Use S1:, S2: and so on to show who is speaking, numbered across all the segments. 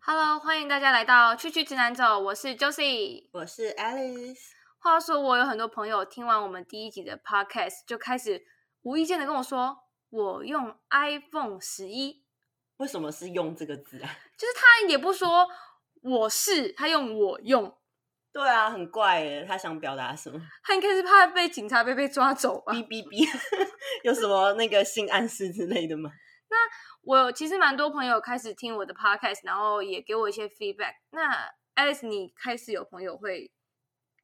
S1: Hello，欢迎大家来到《去去直男走》，我是 Josie。
S2: 我是 Alice。
S1: 话说，我有很多朋友听完我们第一集的 Podcast 就开始无意间的跟我说，我用 iPhone 十一，
S2: 为什么是用这个字啊？
S1: 就是他也不说我是，他用我用，
S2: 对啊，很怪耶，他想表达什么？
S1: 他应该是怕被警察被被抓走吧。
S2: 哔哔哔， 有什么那个性暗示之类的吗？
S1: 我其实蛮多朋友开始听我的 podcast，然后也给我一些 feedback。那 Alice，你开始有朋友会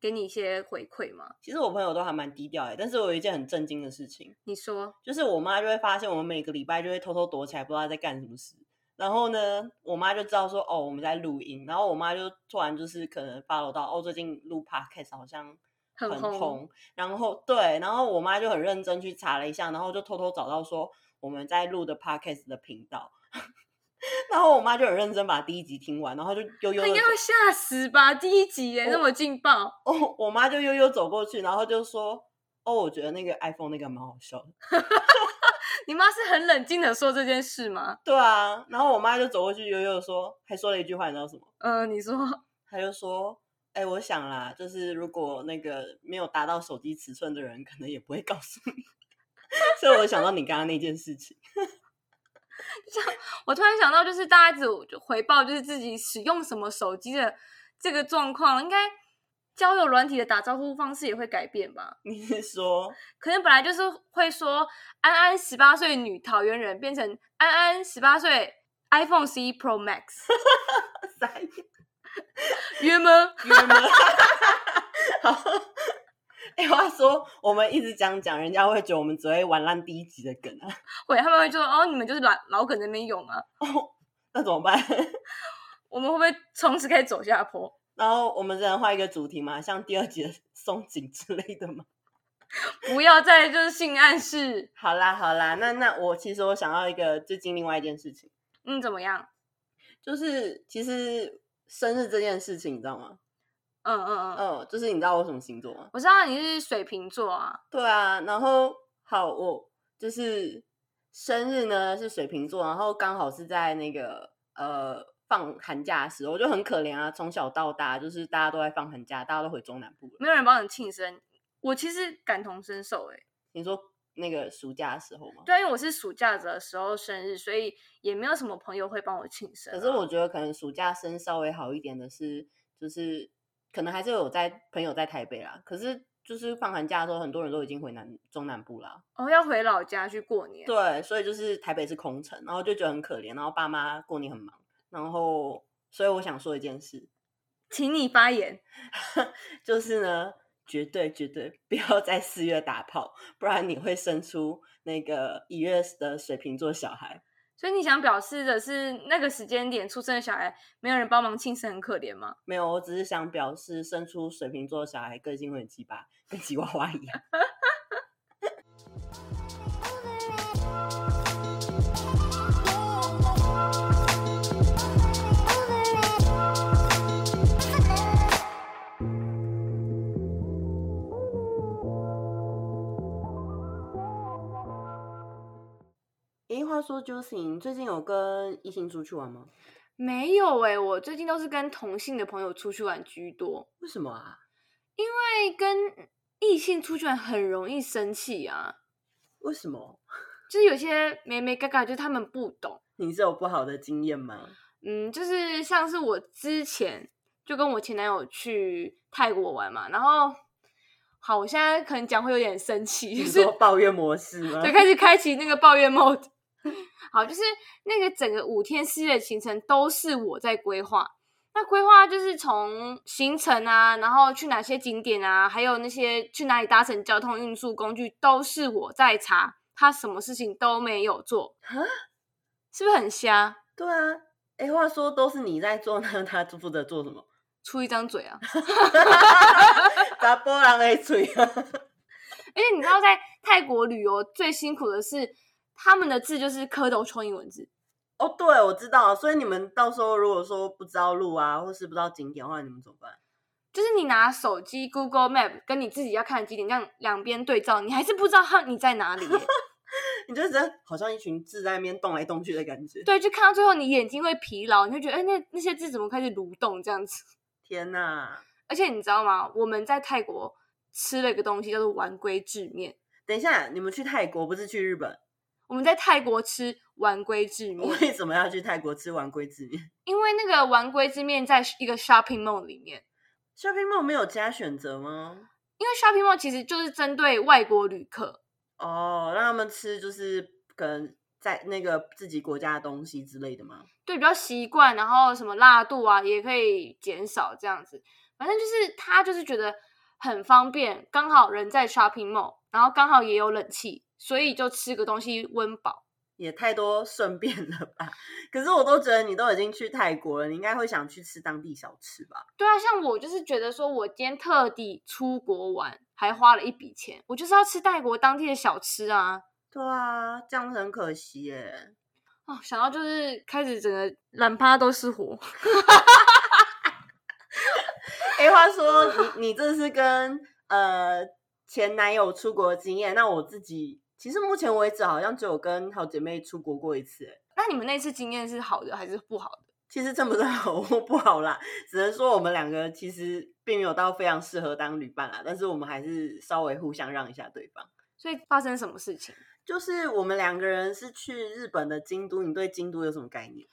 S1: 给你一些回馈吗？
S2: 其实我朋友都还蛮低调哎，但是我有一件很震惊的事情，
S1: 你说，
S2: 就是我妈就会发现我们每个礼拜就会偷偷躲起来，不知道在干什么事。然后呢，我妈就知道说哦我们在录音，然后我妈就突然就是可能 follow 到哦最近录 podcast 好像
S1: 很
S2: 很
S1: 红
S2: 红，然后对，然后我妈就很认真去查了一下，然后就偷偷找到说我们在录的 podcast 的频道， 然后我妈就很认真把第一集听完，然后就悠悠
S1: 他
S2: 的
S1: 应该会吓死吧？第一集耶，
S2: 我
S1: 那么劲爆，
S2: 哦，我妈就悠悠走过去，然后就说哦，我觉得那个 iPhone 那个蛮好笑的，
S1: 你妈是很冷静的说这件事吗？
S2: 对啊，然后我妈就走过去悠悠地说，还说了一句话，你知道什么？
S1: 呃，你说，
S2: 她就说。哎、我想啦，就是如果那个没有达到手机尺寸的人，可能也不会告诉你。 所以我想到你刚刚那件事情。
S1: 我突然想到，就是大家只回报就是自己使用什么手机的这个状况，应该交友软体的打招呼方式也会改变吧？
S2: 你是说
S1: 可能本来就是会说安安十八岁女桃园人，变成安安十八岁 iPhone 十一 Pro Max，
S2: 三
S1: 约吗？
S2: 月吗？ 好，哎、话说我们一直讲讲，人家会觉得我们只会玩烂第一集的梗啊，
S1: 会，他们会说哦，你们就是老老梗在那边用啊，
S2: 那怎么办？
S1: 我们会不会从此开始走下坡？
S2: 然后我们只能换一个主题嘛，像第二集的 松紧之类的嘛。
S1: 不要再就是性暗示，
S2: 好啦，好啦，那那我其实我想要一个最近另外一件事情，
S1: 嗯，怎么样？
S2: 就是其实生日这件事情，你知道吗？
S1: 嗯嗯嗯，
S2: 嗯，就是你知道我什么星座吗？
S1: 我知道你是水瓶座啊，
S2: 对啊，然后好，我就是生日呢是水瓶座，然后刚好是在那个呃放寒假的时候，我就很可怜啊，从小到大就是大家都在放寒假，大家都回中南部了。
S1: 没有人帮你庆生，我其实感同身受诶、
S2: 你说那个暑假的时候吗？
S1: 对啊，因为我是暑假的时候生日，所以也没有什么朋友会帮我庆生啊、
S2: 可是我觉得可能暑假生稍微好一点的是，就是可能还是有在朋友在台北啦，可是就是放寒假的时候，很多人都已经回南中南部啦。
S1: 哦要回老家去过年，
S2: 对，所以就是台北是空城，然后就觉得很可怜，然后爸妈过年很忙，然后所以我想说一件事，
S1: 请你发言。
S2: 就是呢，绝对绝对不要在四月打炮，不然你会生出那个一月的水瓶座小孩。
S1: 所以你想表示的是，那个时间点出生的小孩没有人帮忙庆生，很可怜吗？
S2: 没有，我只是想表示，生出水瓶座小孩个性会很鸡巴，跟吉娃娃一样。诶，话说 Josie，你最近有跟异性出去玩吗？
S1: 没有诶、我最近都是跟同性的朋友出去玩居多，
S2: 为什么啊？
S1: 因为跟异性出去玩很容易生气啊。
S2: 为什么？
S1: 就是有些没没嘎嘎，就是他们不懂，
S2: 你是有不好的经验吗？
S1: 嗯，就是像是我之前就跟我前男友去泰国玩嘛，然后好，我现在可能讲会有点生气，
S2: 你
S1: 就是
S2: 说抱怨模式 吗？
S1: 就开始开启那个抱怨 mode。好， 就是那个整个五天四夜的行程都是我在规划。那规划就是从行程啊，然后去哪些景点啊，还有那些去哪里搭乘交通运输工具，都是我在查。他什么事情都没有做，
S2: 啊
S1: 是不是很瞎？
S2: 对啊，诶，话说都是你在做，那他负责做什么？
S1: 出一张嘴啊！
S2: 打波浪的嘴啊！
S1: 而且你知道，在泰国旅游最辛苦的是他们的字就是蝌蚪蚯蚓文字，
S2: 哦，对，我知道，所以你们到时候如果说不知道路啊，或是不知道景点的话，你们怎么办？
S1: 就是你拿手机 Google Map 跟你自己要看的景点这样两边对照，你还是不知道它你在哪里耶。
S2: 你就觉得好像一群字在那边动来动去的感觉。
S1: 对，就看到最后你眼睛会疲劳，你会觉得哎、那那些字怎么开始蠕动这样子？
S2: 天哪！
S1: 而且你知道吗？我们在泰国吃了一个东西叫做丸龟制面，
S2: 等一下，你们去泰国不是去日本？
S1: 我们在泰国吃丸龟制面，
S2: 为什么要去泰国吃完龟子面
S1: 因为那个丸龟之面在一个 shopping mall 里面，
S2: ？Shopping mall 没有其他选择吗？
S1: 因为 shopping mall 其实就是针对外国旅客，
S2: 哦，让他们吃就是可能在那个自己国家的东西之类的吗？
S1: 对比较习惯，然后什么辣度啊也可以减少这样子。反正就是他就是觉得很方便，刚好人在 shopping mall，然后刚好也有冷气，所以就吃个东西温饱。
S2: 也太多顺便了吧？ 可是我都觉得你都已经去泰国了，你应该会想去吃当地小吃吧？
S1: 对啊，像我就是觉得说，我今天特地出国玩，还花了一笔钱，我就是要吃泰国当地的小吃啊。
S2: 对啊，这样很可惜耶。
S1: 哦，想到就是开始整个懒趴都是火。
S2: 哎，话说你你这是跟呃前男友出国的经验，那我自己其实目前为止好像只有跟好姐妹出国过一次耶，
S1: 那你们那次经验是好的还是不好的？
S2: 其实真不是 好或不好啦，只能说我们两个其实并没有到非常适合当旅伴啦，但是我们还是稍微互相让一下对方。
S1: 所以发生什么事情？
S2: 就是我们两个人是去日本的京都，你对京都有什么概念？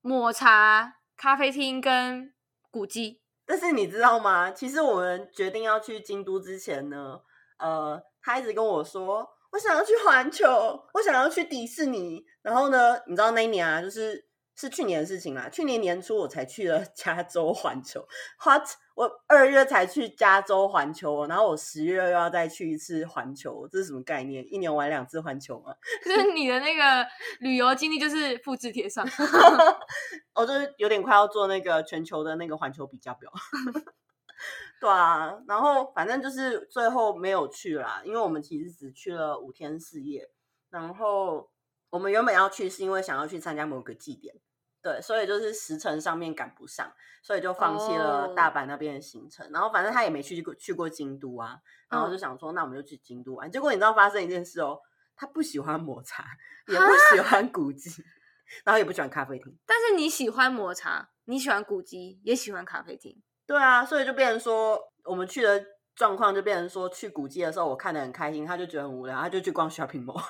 S1: 抹茶咖啡厅跟古迹，
S2: 但是你知道吗？其实我们决定要去京都之前呢，呃，他一直跟我说，我想要去环球，我想要去迪士尼。然后呢，你知道那一年啊，就是是去年的事情啦，去年年初我才去了 加州环球，what？我二月才去加州环球，哦然后我十月又要再去一次环球，这是什么概念？一年玩两次环球吗？
S1: 就是你的那个旅游经历就是复制贴上。
S2: 我、哦就是有点快要做那个全球的那个环球比较表。 对啊，然后反正就是最后没有去啦，因为我们其实只去了五天四夜。然后我们原本要去是因为想要去参加某个祭典，对，所以就是时程上面赶不上，所以就放弃了
S1: 哦
S2: 大阪那边的行程。然后反正他也没去过去过京都啊，然后
S1: 嗯
S2: 就想说那我们就去京都玩。结果你知道发生一件事哦，他不喜欢抹茶，也不
S1: 哈
S2: 喜欢古迹， 然后也不喜欢咖啡厅。
S1: 但是你喜欢抹茶，你喜欢古迹，也喜欢咖啡厅。
S2: 对啊，所以就变成说，我们去的状况就变成说，去古迹的时候我看得很开心，他就觉得很无聊，他就去逛 shopping mall。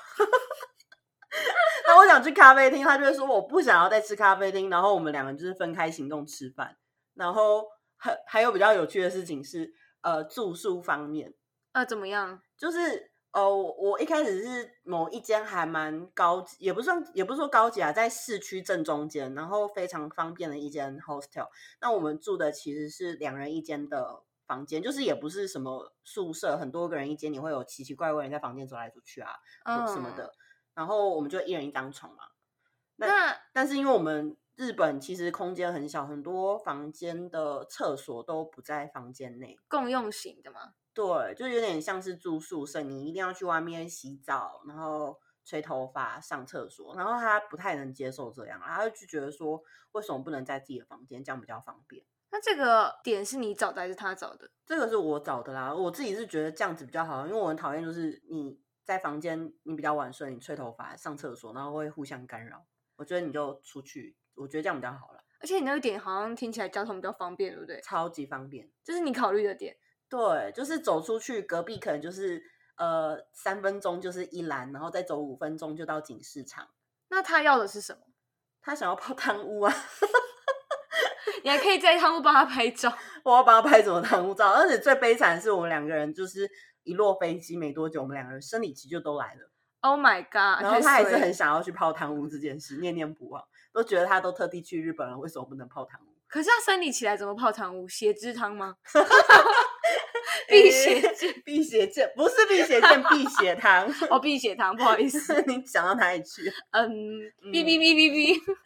S2: 那我想去咖啡厅，他就会说我不想要再吃咖啡厅，然后我们两个就是分开行动吃饭。然后还还有比较有趣的事情是，呃，住宿方面，
S1: 呃，怎么样？
S2: 就是呃，我我一开始是某一间还蛮高级，也不算也不是说高级啊，在市区正中间，然后非常方便的一间 hostel。那我们住的其实是两人一间的房间，就是也不是什么宿舍，很多个人一间，你会有奇奇怪怪人在房间走来走去啊，
S1: 嗯，
S2: 什么的。然后我们就一人一张床嘛。那
S1: 那
S2: 但是因为我们日本其实空间很小，很多房间的厕所都不在房间内，
S1: 共用型的嘛，
S2: 对，就有点像是住宿舍，你一定要去外面洗澡，然后吹头发、上厕所，然后他不太能接受这样，然后就觉得说为什么不能在自己的房间，这样比较方便。
S1: 那这个点是你找的还是他找的？
S2: 这个是我找的啦，我自己是觉得这样子比较好，因为我很讨厌就是你在房间你比较晚睡，你吹头发、上厕所，然后会互相干扰。我觉得你就出去，我觉得这样比较好了，
S1: 而且你那个点好像听起来交通比较方便，对不对？
S2: 超级方便。
S1: 这是你考虑的点。
S2: 对，就是走出去，隔壁可能就是呃三分钟就是一栏，然后再走五分钟就到景市场。
S1: 那他要的是什么？
S2: 他想要泡汤屋啊！
S1: 你还可以在汤屋帮他拍照。
S2: 我要帮他拍什么汤屋照？而且最悲惨的是，我们两个人就是一落飞机没多久，我们两个人生理期就都来了。
S1: Oh my god！
S2: 然后他还是
S1: 太衰
S2: 很想要去泡汤屋这件事，念念不忘，都觉得他都特地去日本了，为什么不能泡汤屋？
S1: 可是他生理起来怎么泡汤屋？血脂汤 吗？避邪
S2: 剑，辟邪剑不是辟邪剑，辟邪汤。
S1: 哦，避血糖，不好意 思。
S2: 你讲到哪里 去？
S1: 嗯，哔哔哔哔哔。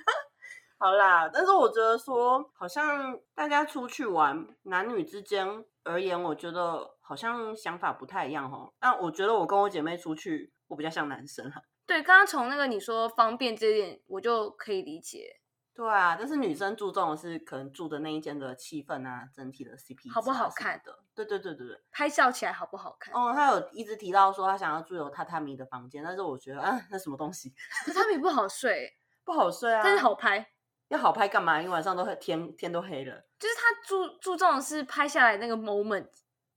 S2: 好啦，但是我觉得说，好像大家出去玩，男女之间而言，我觉得好像想法不太一样哦。但我觉得我跟我姐妹出去，我比较像男生啦。
S1: 对，刚刚从那个你说方便这一点，我就可以理解。
S2: 对啊，但是女生注重的是可能住的那一间的气氛啊，整体的 CP
S1: 好不
S2: 值啊
S1: 好
S2: 什么
S1: 看
S2: 的？对对对对对。
S1: 拍照起来好不好看？
S2: 哦，他有一直提到说他想要住有榻榻米的房间，但是我觉得啊，那什么东西
S1: 可他们也不好睡，
S2: 不好睡啊。
S1: 但是好拍。
S2: 要好拍干嘛？因为晚上都很天天都黑了。
S1: 就是他注注重的是拍下来那个 moment，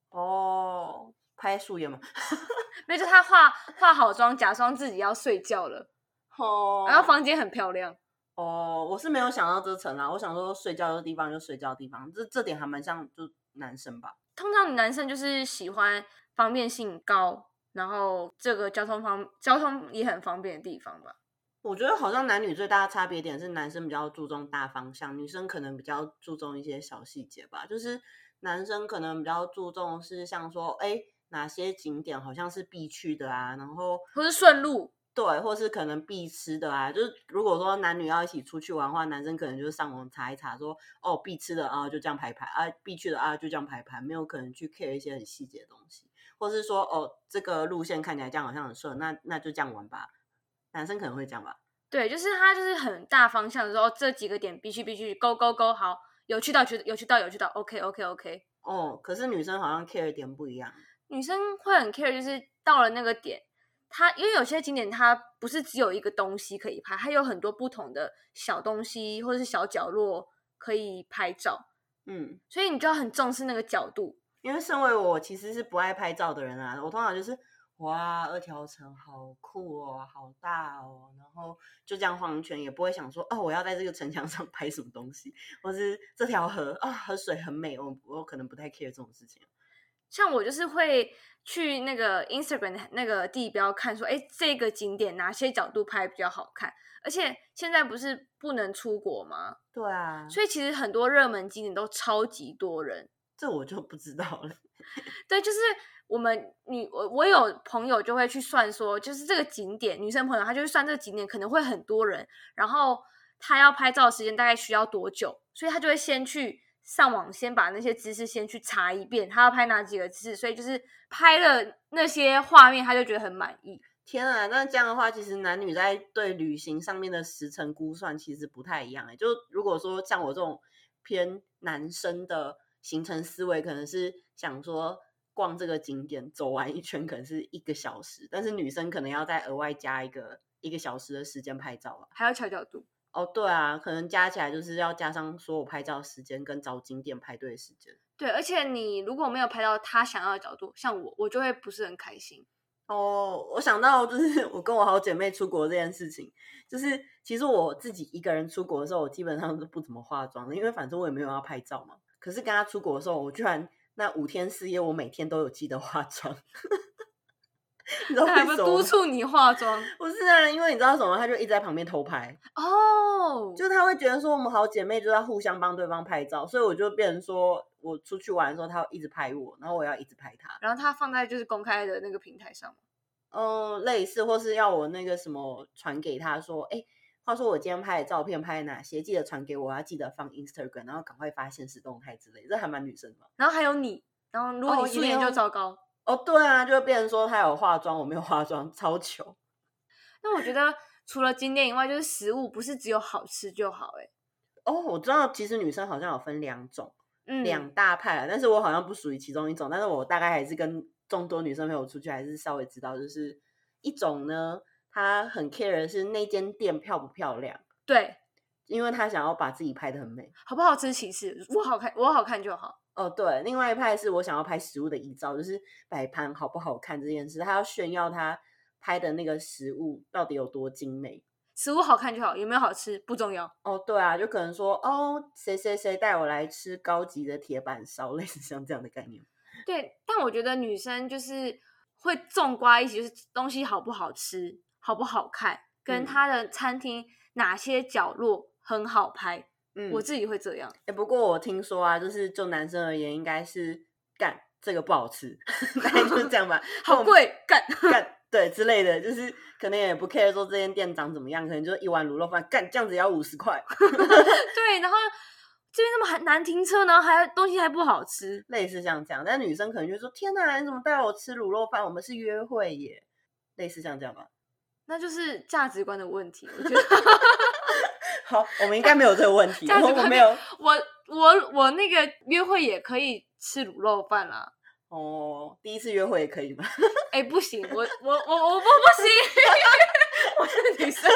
S2: 哦，拍树叶嘛。
S1: 没有就他化化好妆，假装自己要睡觉了，
S2: 哦，
S1: 然后房间很漂亮。
S2: 哦，我是没有想到这层啦。啊我想说睡觉的地方就睡觉的地方，这这点还蛮像就男生吧。
S1: 通常男生就是喜欢方便性高，然后这个交通方交通也很方便的地方吧。
S2: 我觉得好像男女最大的差别点是，男生比较注重大方向，女生可能比较注重一些小细节吧。就是男生可能比较注重是像说，哎，哪些景点好像是必去的啊，然后
S1: 或是顺路，
S2: 对，或是可能必吃的啊。就是如果说男女要一起出去玩的话，男生可能就是上网查一查说，哦，必吃的啊，就这样排排啊，必去的啊，就这样排排，没有可能去 care 一些很细节的东西，或是说，哦，这个路线看起来这样好像很顺，那那就这样玩吧。男生可能会这样吧。
S1: 对，就是他就是很大方向的时候，这几个点必须必须勾勾勾好，有去到去有去到有去到，OK OK OK。
S2: 哦，可是女生好像 care 点不一样。
S1: 女生会很 care，就是到了那个点，它因为有些景点它不是只有一个东西可以拍，它有很多不同的小东西或者是小角落可以拍照，
S2: 嗯，
S1: 所以你就要很重视那个角度。
S2: 因为身为我其实是不爱拍照的人啊，我通常就是哇，二条城好酷哦，好大哦，然后就这样晃一圈，也不会想说哦，我要在这个城墙上 拍什么东西，或是这条河啊、河水很美，我我可能不太 care 这种事情。
S1: 像我就是会去那个 Instagram 的那个地标看说，哎，这个景点哪些角度拍比较好看？而且现在不是不能出国吗？
S2: 对啊，
S1: 所以其实很多热门景点都超级多人。
S2: 这我就不知道了。
S1: 对，就是我们女我我有朋友就会去算说，就是这个景点，女生朋友她就会算这个景点可能会很多人，然后她要拍照的时间大概需要多久，所以她就会先去上网先把那些姿势先去查一遍，她要拍哪几个姿势，所以就是拍了那些画面，她就觉得很满意。
S2: 天啊，那这样的话，其实男女在对旅行上面的时程估算其实不太一样、欸。就如果说像我这种偏男生的行程思维，可能是想说逛这个景点走完一圈可能是一个小时，但是女生可能要再额外加一个一个小时的时间拍照啊。
S1: 还要调角度，
S2: 哦，对啊，可能加起来就是要加上所有拍照时间跟找景点排队的时间。
S1: 对，而且你如果没有拍到她想要的角度，像我，我就会不是很开心。
S2: 哦，我想到就是我跟我好姐妹出国这件事情，就是其实我自己一个人出国的时候，我基本上是不怎么化妆的，因为反正我也没有要拍照嘛。可是跟她出国的时候，我居然那五天四夜，我每天都有记得化妆。 你知道
S1: 她
S2: 为
S1: 还
S2: 什
S1: 不
S2: 么
S1: 督
S2: 吗？
S1: 促你化妆
S2: 不是啊，因为你知道什么？她就一直在旁边偷拍，
S1: 哦，
S2: 就是她会觉得说我们好姐妹就是要互相帮对方拍照，所以我就变成说我出去玩的时候，她会一直拍我，然后我要一直拍她。
S1: 然后她放在就是公开的那个平台上。
S2: 嗯，类似或是要我那个什么传给他说，哎，话说我今天拍的照片拍哪些，记得传给我，要记得放 Instagram，然后赶快发现实动态之类，这还蛮女生的嘛。
S1: 然后还有你，然后如果
S2: 哦
S1: 你素
S2: 也
S1: 颜就
S2: 有
S1: 糟糕。
S2: 哦，对啊，就变成说他有化妆，我没有化妆，超糗。
S1: 那我觉得除了景点以外，就是食物不是只有好吃就好、欸，哎，
S2: 哦，我知道，其实女生好像有分两种、
S1: 嗯，
S2: 两大派啊，但是我好像不属于其中一种，但是我大概还是跟众多女生朋友出去，还是稍微知道，就是一种呢，她很 care 的是那间店漂不漂亮，
S1: 对，
S2: 因为她想要把自己拍的很美。
S1: 好不好吃其次，我好看，我好看就好。
S2: 哦，对，另外一派是我想要拍食物的遗照，就是摆盘好不好看这件事，他要炫耀他拍的那个食物到底有多精美。
S1: 食物好看就好，有没有好吃不重要。
S2: 哦，对啊，就可能说哦，谁谁谁带我来吃高级的铁板烧， 类似像这样的概念。
S1: 对，但我觉得女生就是会种瓜一起，就是东西好不好吃，好不好看，跟
S2: 嗯
S1: 她的餐厅哪些角落很好拍，
S2: 嗯，
S1: 我自己会 这样。。
S2: 诶不过我听说啊，就是就男生而言，应该是干这个不好吃， 大概就是这样吧
S1: 好
S2: 我们
S1: 贵，干，
S2: 干对之类的，就是可能也不 care 说这间店长怎么样，可能就一碗卤肉饭干这样子也要五十块，
S1: 对，然后这边那么还难停车，然后还东西还不好吃，
S2: 类似像这样，但女生可能就说：“天哪，你怎么带我吃卤肉饭？我们是约会耶。”类似像这样吧。
S1: 那就是价值观的问题，我觉得。
S2: 好，我们应该没有这个问题，
S1: 价值
S2: 我
S1: 观
S2: 们没有。
S1: 我我我那个约会也可以吃卤肉饭啦、
S2: 哦，第一次约会也可以吗？
S1: 哎、不行，我我我我我不行， 我是女生，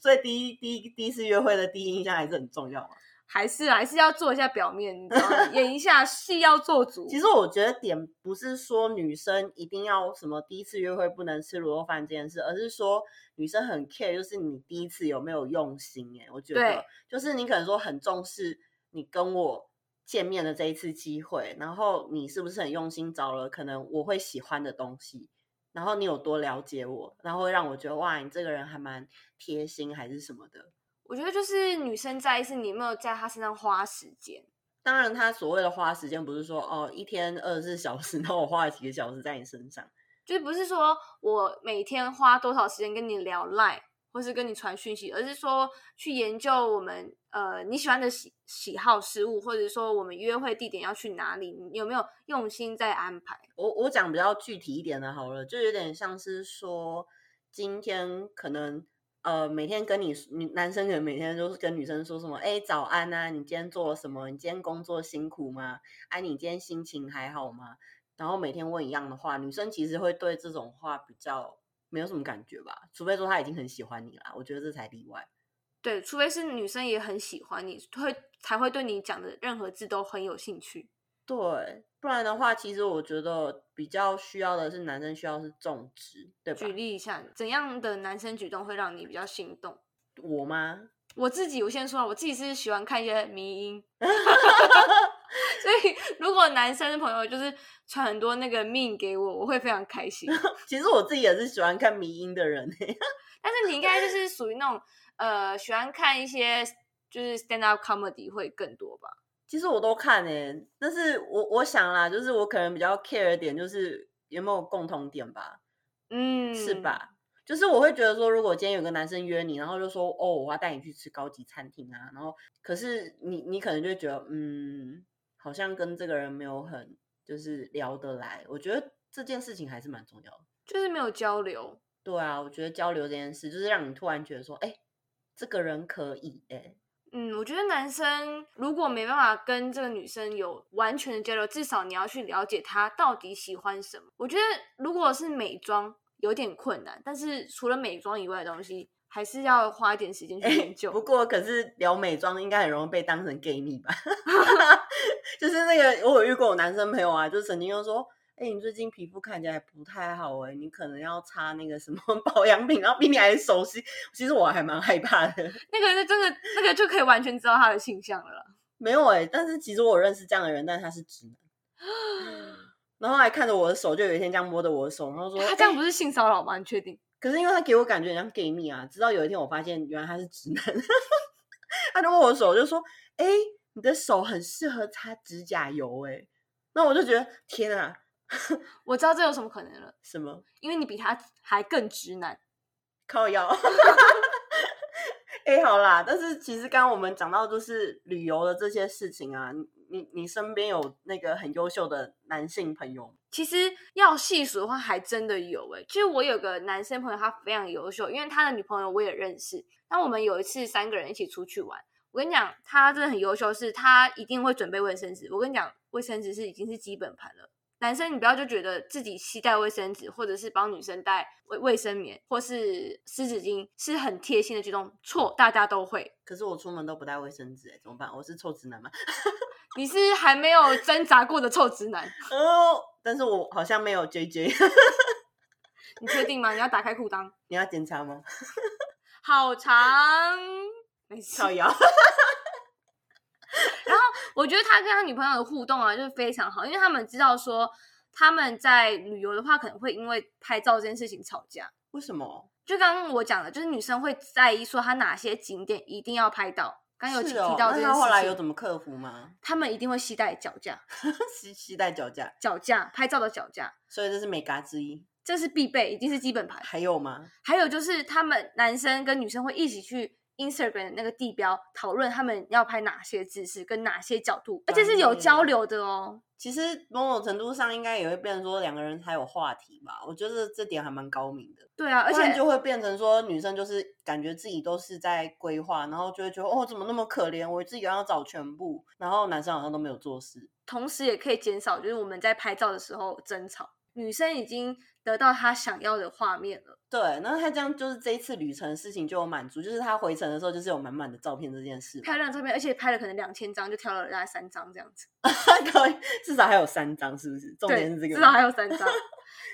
S2: 所以第一第一第一次约会的第一印象还是很重要嘛。
S1: 还是还是要做一下表面，你知道吗演一下戏要做足。
S2: 其实我觉得点不是说女生一定要什么第一次约会不能吃卤肉饭这件事，而是说女生很 care 就是你第一次有没有用心、欸。哎，我觉
S1: 对
S2: 得就是你可能说很重视你跟我见面的这一次机会，然后你是不是很用心找了可能我会喜欢的东西，然后你有多了解我，然后会让我觉得哇，你这个人还蛮贴心还是什么的。
S1: 我觉得就是女生在意是你有没有在她身上花时间，
S2: 当然，他所谓的花时间不是说哦一天二十四小时，然后我花了几个小时在你身上。
S1: 就是不是说我每天花多少时间跟你聊赖，或是跟你传讯息，而是说去研究我们呃你喜欢的喜喜好事物，或者说我们约会地点要去哪里，你有没有用心在安排？
S2: 我我讲比较具体一点的好了，就有点像是说，今天可能呃每天跟你你男生可能每天都是跟女生说什么，哎早安啊，你今天做了什么？你今天工作辛苦吗？哎、你今天心情还好吗？然后每天问一样的话，女生其实会对这种话比较没有什么感觉吧，除非说她已经很喜欢你啦，我觉得这才例外。
S1: 对，除非是女生也很喜欢你，会才会对你讲的任何字都很有兴趣。
S2: 对，不然的话，其实我觉得比较需要的是男生需要是重质，对吧
S1: 举？例一下，怎样的男生举动会让你比较心动？
S2: 我吗？
S1: 我自己，我先说了，我自己是喜欢看一些迷 音，所以如果男生朋友就是传很多那个命给我，我会非常开 心。
S2: 其实我自己也是喜欢看迷音的人、欸，
S1: 但是你应该就是属于那种呃喜欢看一些就是 stand up comedy 会更多吧？
S2: 其实我都看诶、但是我我想啦，就是我可能比较 care 的点就是有没有共同点吧，
S1: 嗯，
S2: 是？吧？就是我会觉得说，如果今天有个男生约你，然后就说哦，我要带你去吃高级餐厅啊，然后可是你你可能就会觉得嗯，好像跟这个人没有很就是聊得来，我觉得这件事情还是蛮重要的。
S1: 就是没有交流，
S2: 对啊，我觉得交流这件事，就是让你突然觉得说，哎、这个人可以哎、
S1: 嗯，我觉得男生如果没办法跟这个女生有完全的交流，至少你要去了解她到底喜欢什么。我觉得如果是美妆有点困难，但是除了美妆以外的东西，还是要花一点时间去研究。
S2: 哎不过，可是聊美妆应该很容易被当成 gay 蜜吧？ 就是那个，我有遇过我男生朋友啊，就曾经就说：“哎、你最近皮肤看起来不太好哎、你可能要擦那个什么 保养品。”然后比你还熟悉，其实我还蛮害怕的。
S1: 那个是真的，那个就可以完全知道他的倾向了啦。
S2: 没有哎、但是其实我认识这样的人，但是他是直男， 然后还看着我的手，就有一天这样摸着我的手，然后说：“
S1: 他这样
S2: 哎
S1: 不是性骚扰吗？你确定？
S2: 可是因为他给我感觉很像 gay 蜜啊，直到有一天我发现原来他是直男， 他就握我手就说：“哎、你的手很适合擦指甲油。”哎，那我就觉得天啊，
S1: 我知道这有什么可能了，
S2: 什么
S1: 因为你比他还更直男。
S2: 靠腰？ 哎、好啦，但是其实刚刚我们讲到就是旅游的这些事情啊，你你你身边有那个很优秀的男性朋友吗
S1: 其实要细数的话，还真的有诶、就是我有个男生朋友，他非常优秀，因为他的女朋友我也认识。那我们有一次三个人一起出去玩，我跟你讲，他真的很优秀，是他一定会准备卫生纸。我跟你讲，卫生纸是已经是基本盘了。男生，你不要就觉得自己携带卫生纸，或者是帮女生带卫卫生棉，或是湿纸巾，是很贴心的举动。错，大家都会。
S2: 可是我出门都不带卫生纸，哎，怎么办？我是臭直男吗？
S1: 你是还没有挣扎过的臭直男，
S2: 哦，但是我好像没有 JJ，
S1: 你确定吗？你要打开裤裆，
S2: 你要检查吗？
S1: 好长，没事
S2: 靠。腰。
S1: 我觉得他跟他女朋友的互动啊，就是非常好，因为他们知道说他们在旅游的话，可能会因为拍照这件事情吵架。
S2: 为什么？
S1: 就刚刚我讲的，就是女生会在意说她哪些景点一定要拍到。刚有提
S2: 是哦
S1: 提到这件
S2: 那他后来有
S1: 事情，
S2: 怎么克服吗？
S1: 他们一定会携带脚架、
S2: 携携带脚架，
S1: 脚架拍照的脚架，
S2: 所以这是美嘎之一。
S1: 这是必备，已经是基本盘。
S2: 还有吗？
S1: 还有就是，他们男生跟女生会一起去 Instagram 的那个地标讨论他们要拍哪些姿势跟哪些角度，而且是有交流的哦。
S2: 其实某种程度上应该也会变成说两个人才有话题吧，我觉得这点还蛮高明的。
S1: 对啊，而
S2: 不然
S1: 且
S2: 就会变成说女生就是感觉自己都是在规划，然后就会觉得哦怎么那么可怜，我自己要找全部，然后男生好像都没有做事。
S1: 同时也可以减少就是我们在拍照的时候争吵。女生已经得到她想要的画面了，
S2: 对，然后他这样就是这一次旅程的事情就有满足，就是他回程的时候就是有满满的照片这件事嘛，
S1: 漂亮照片，而且拍了可能两千张，就挑了大概三张这样子。
S2: 可以至少还有三张，是不是？重
S1: 对，
S2: 点是这个，
S1: 至少还有三 张。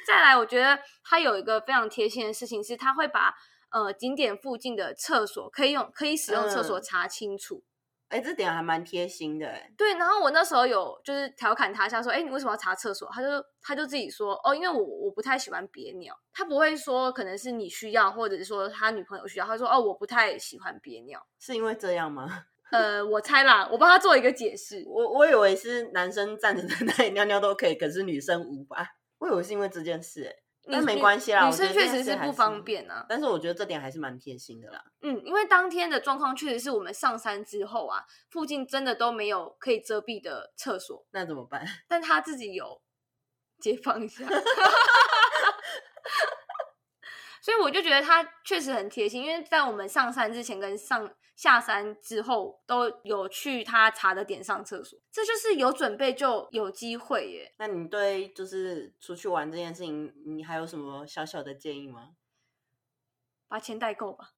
S1: 再来，我觉得他有一个非常贴心的事情是，他会把呃景点附近的厕所可以用可以使用厕所
S2: 嗯
S1: 查清楚。
S2: 哎、这点还蛮贴心的哎。
S1: 对，然后我那时候有就是调侃他一下说，哎，你为什么要查厕所？他就他就自己说，哦，因为我我不太喜欢别鸟，他不会说可能是你需要，或者是说他女朋友需要，他说哦，我不太喜欢别鸟。
S2: 是因为这样吗？
S1: 呃，我猜啦，我帮他做一个解释。
S2: 我我以为是男生站着在那里尿尿都可以，可是女生无法。我以为是因为这件事哎，
S1: 女
S2: 但没
S1: 女
S2: 关系啦
S1: 女
S2: 我觉
S1: 生
S2: 得
S1: 确
S2: 这件
S1: 实
S2: 事
S1: 是
S2: 还
S1: 不
S2: 是
S1: 方便啊。
S2: 但是我觉得这点还是蛮贴心的啦。
S1: 嗯，因为当天的状况确实是我们上山之后啊，附近真的都没有可以遮蔽的厕所，
S2: 那怎么办？
S1: 但他自己有解放一下， 所以我就觉得他确实很贴心，因为在我们上山之前跟上下山之后都有去他查的点上厕所，这就是有准备就有机会耶。
S2: 那你对就是出去玩这件事情，你还有什么小小的建议吗？
S1: 把钱代购吧。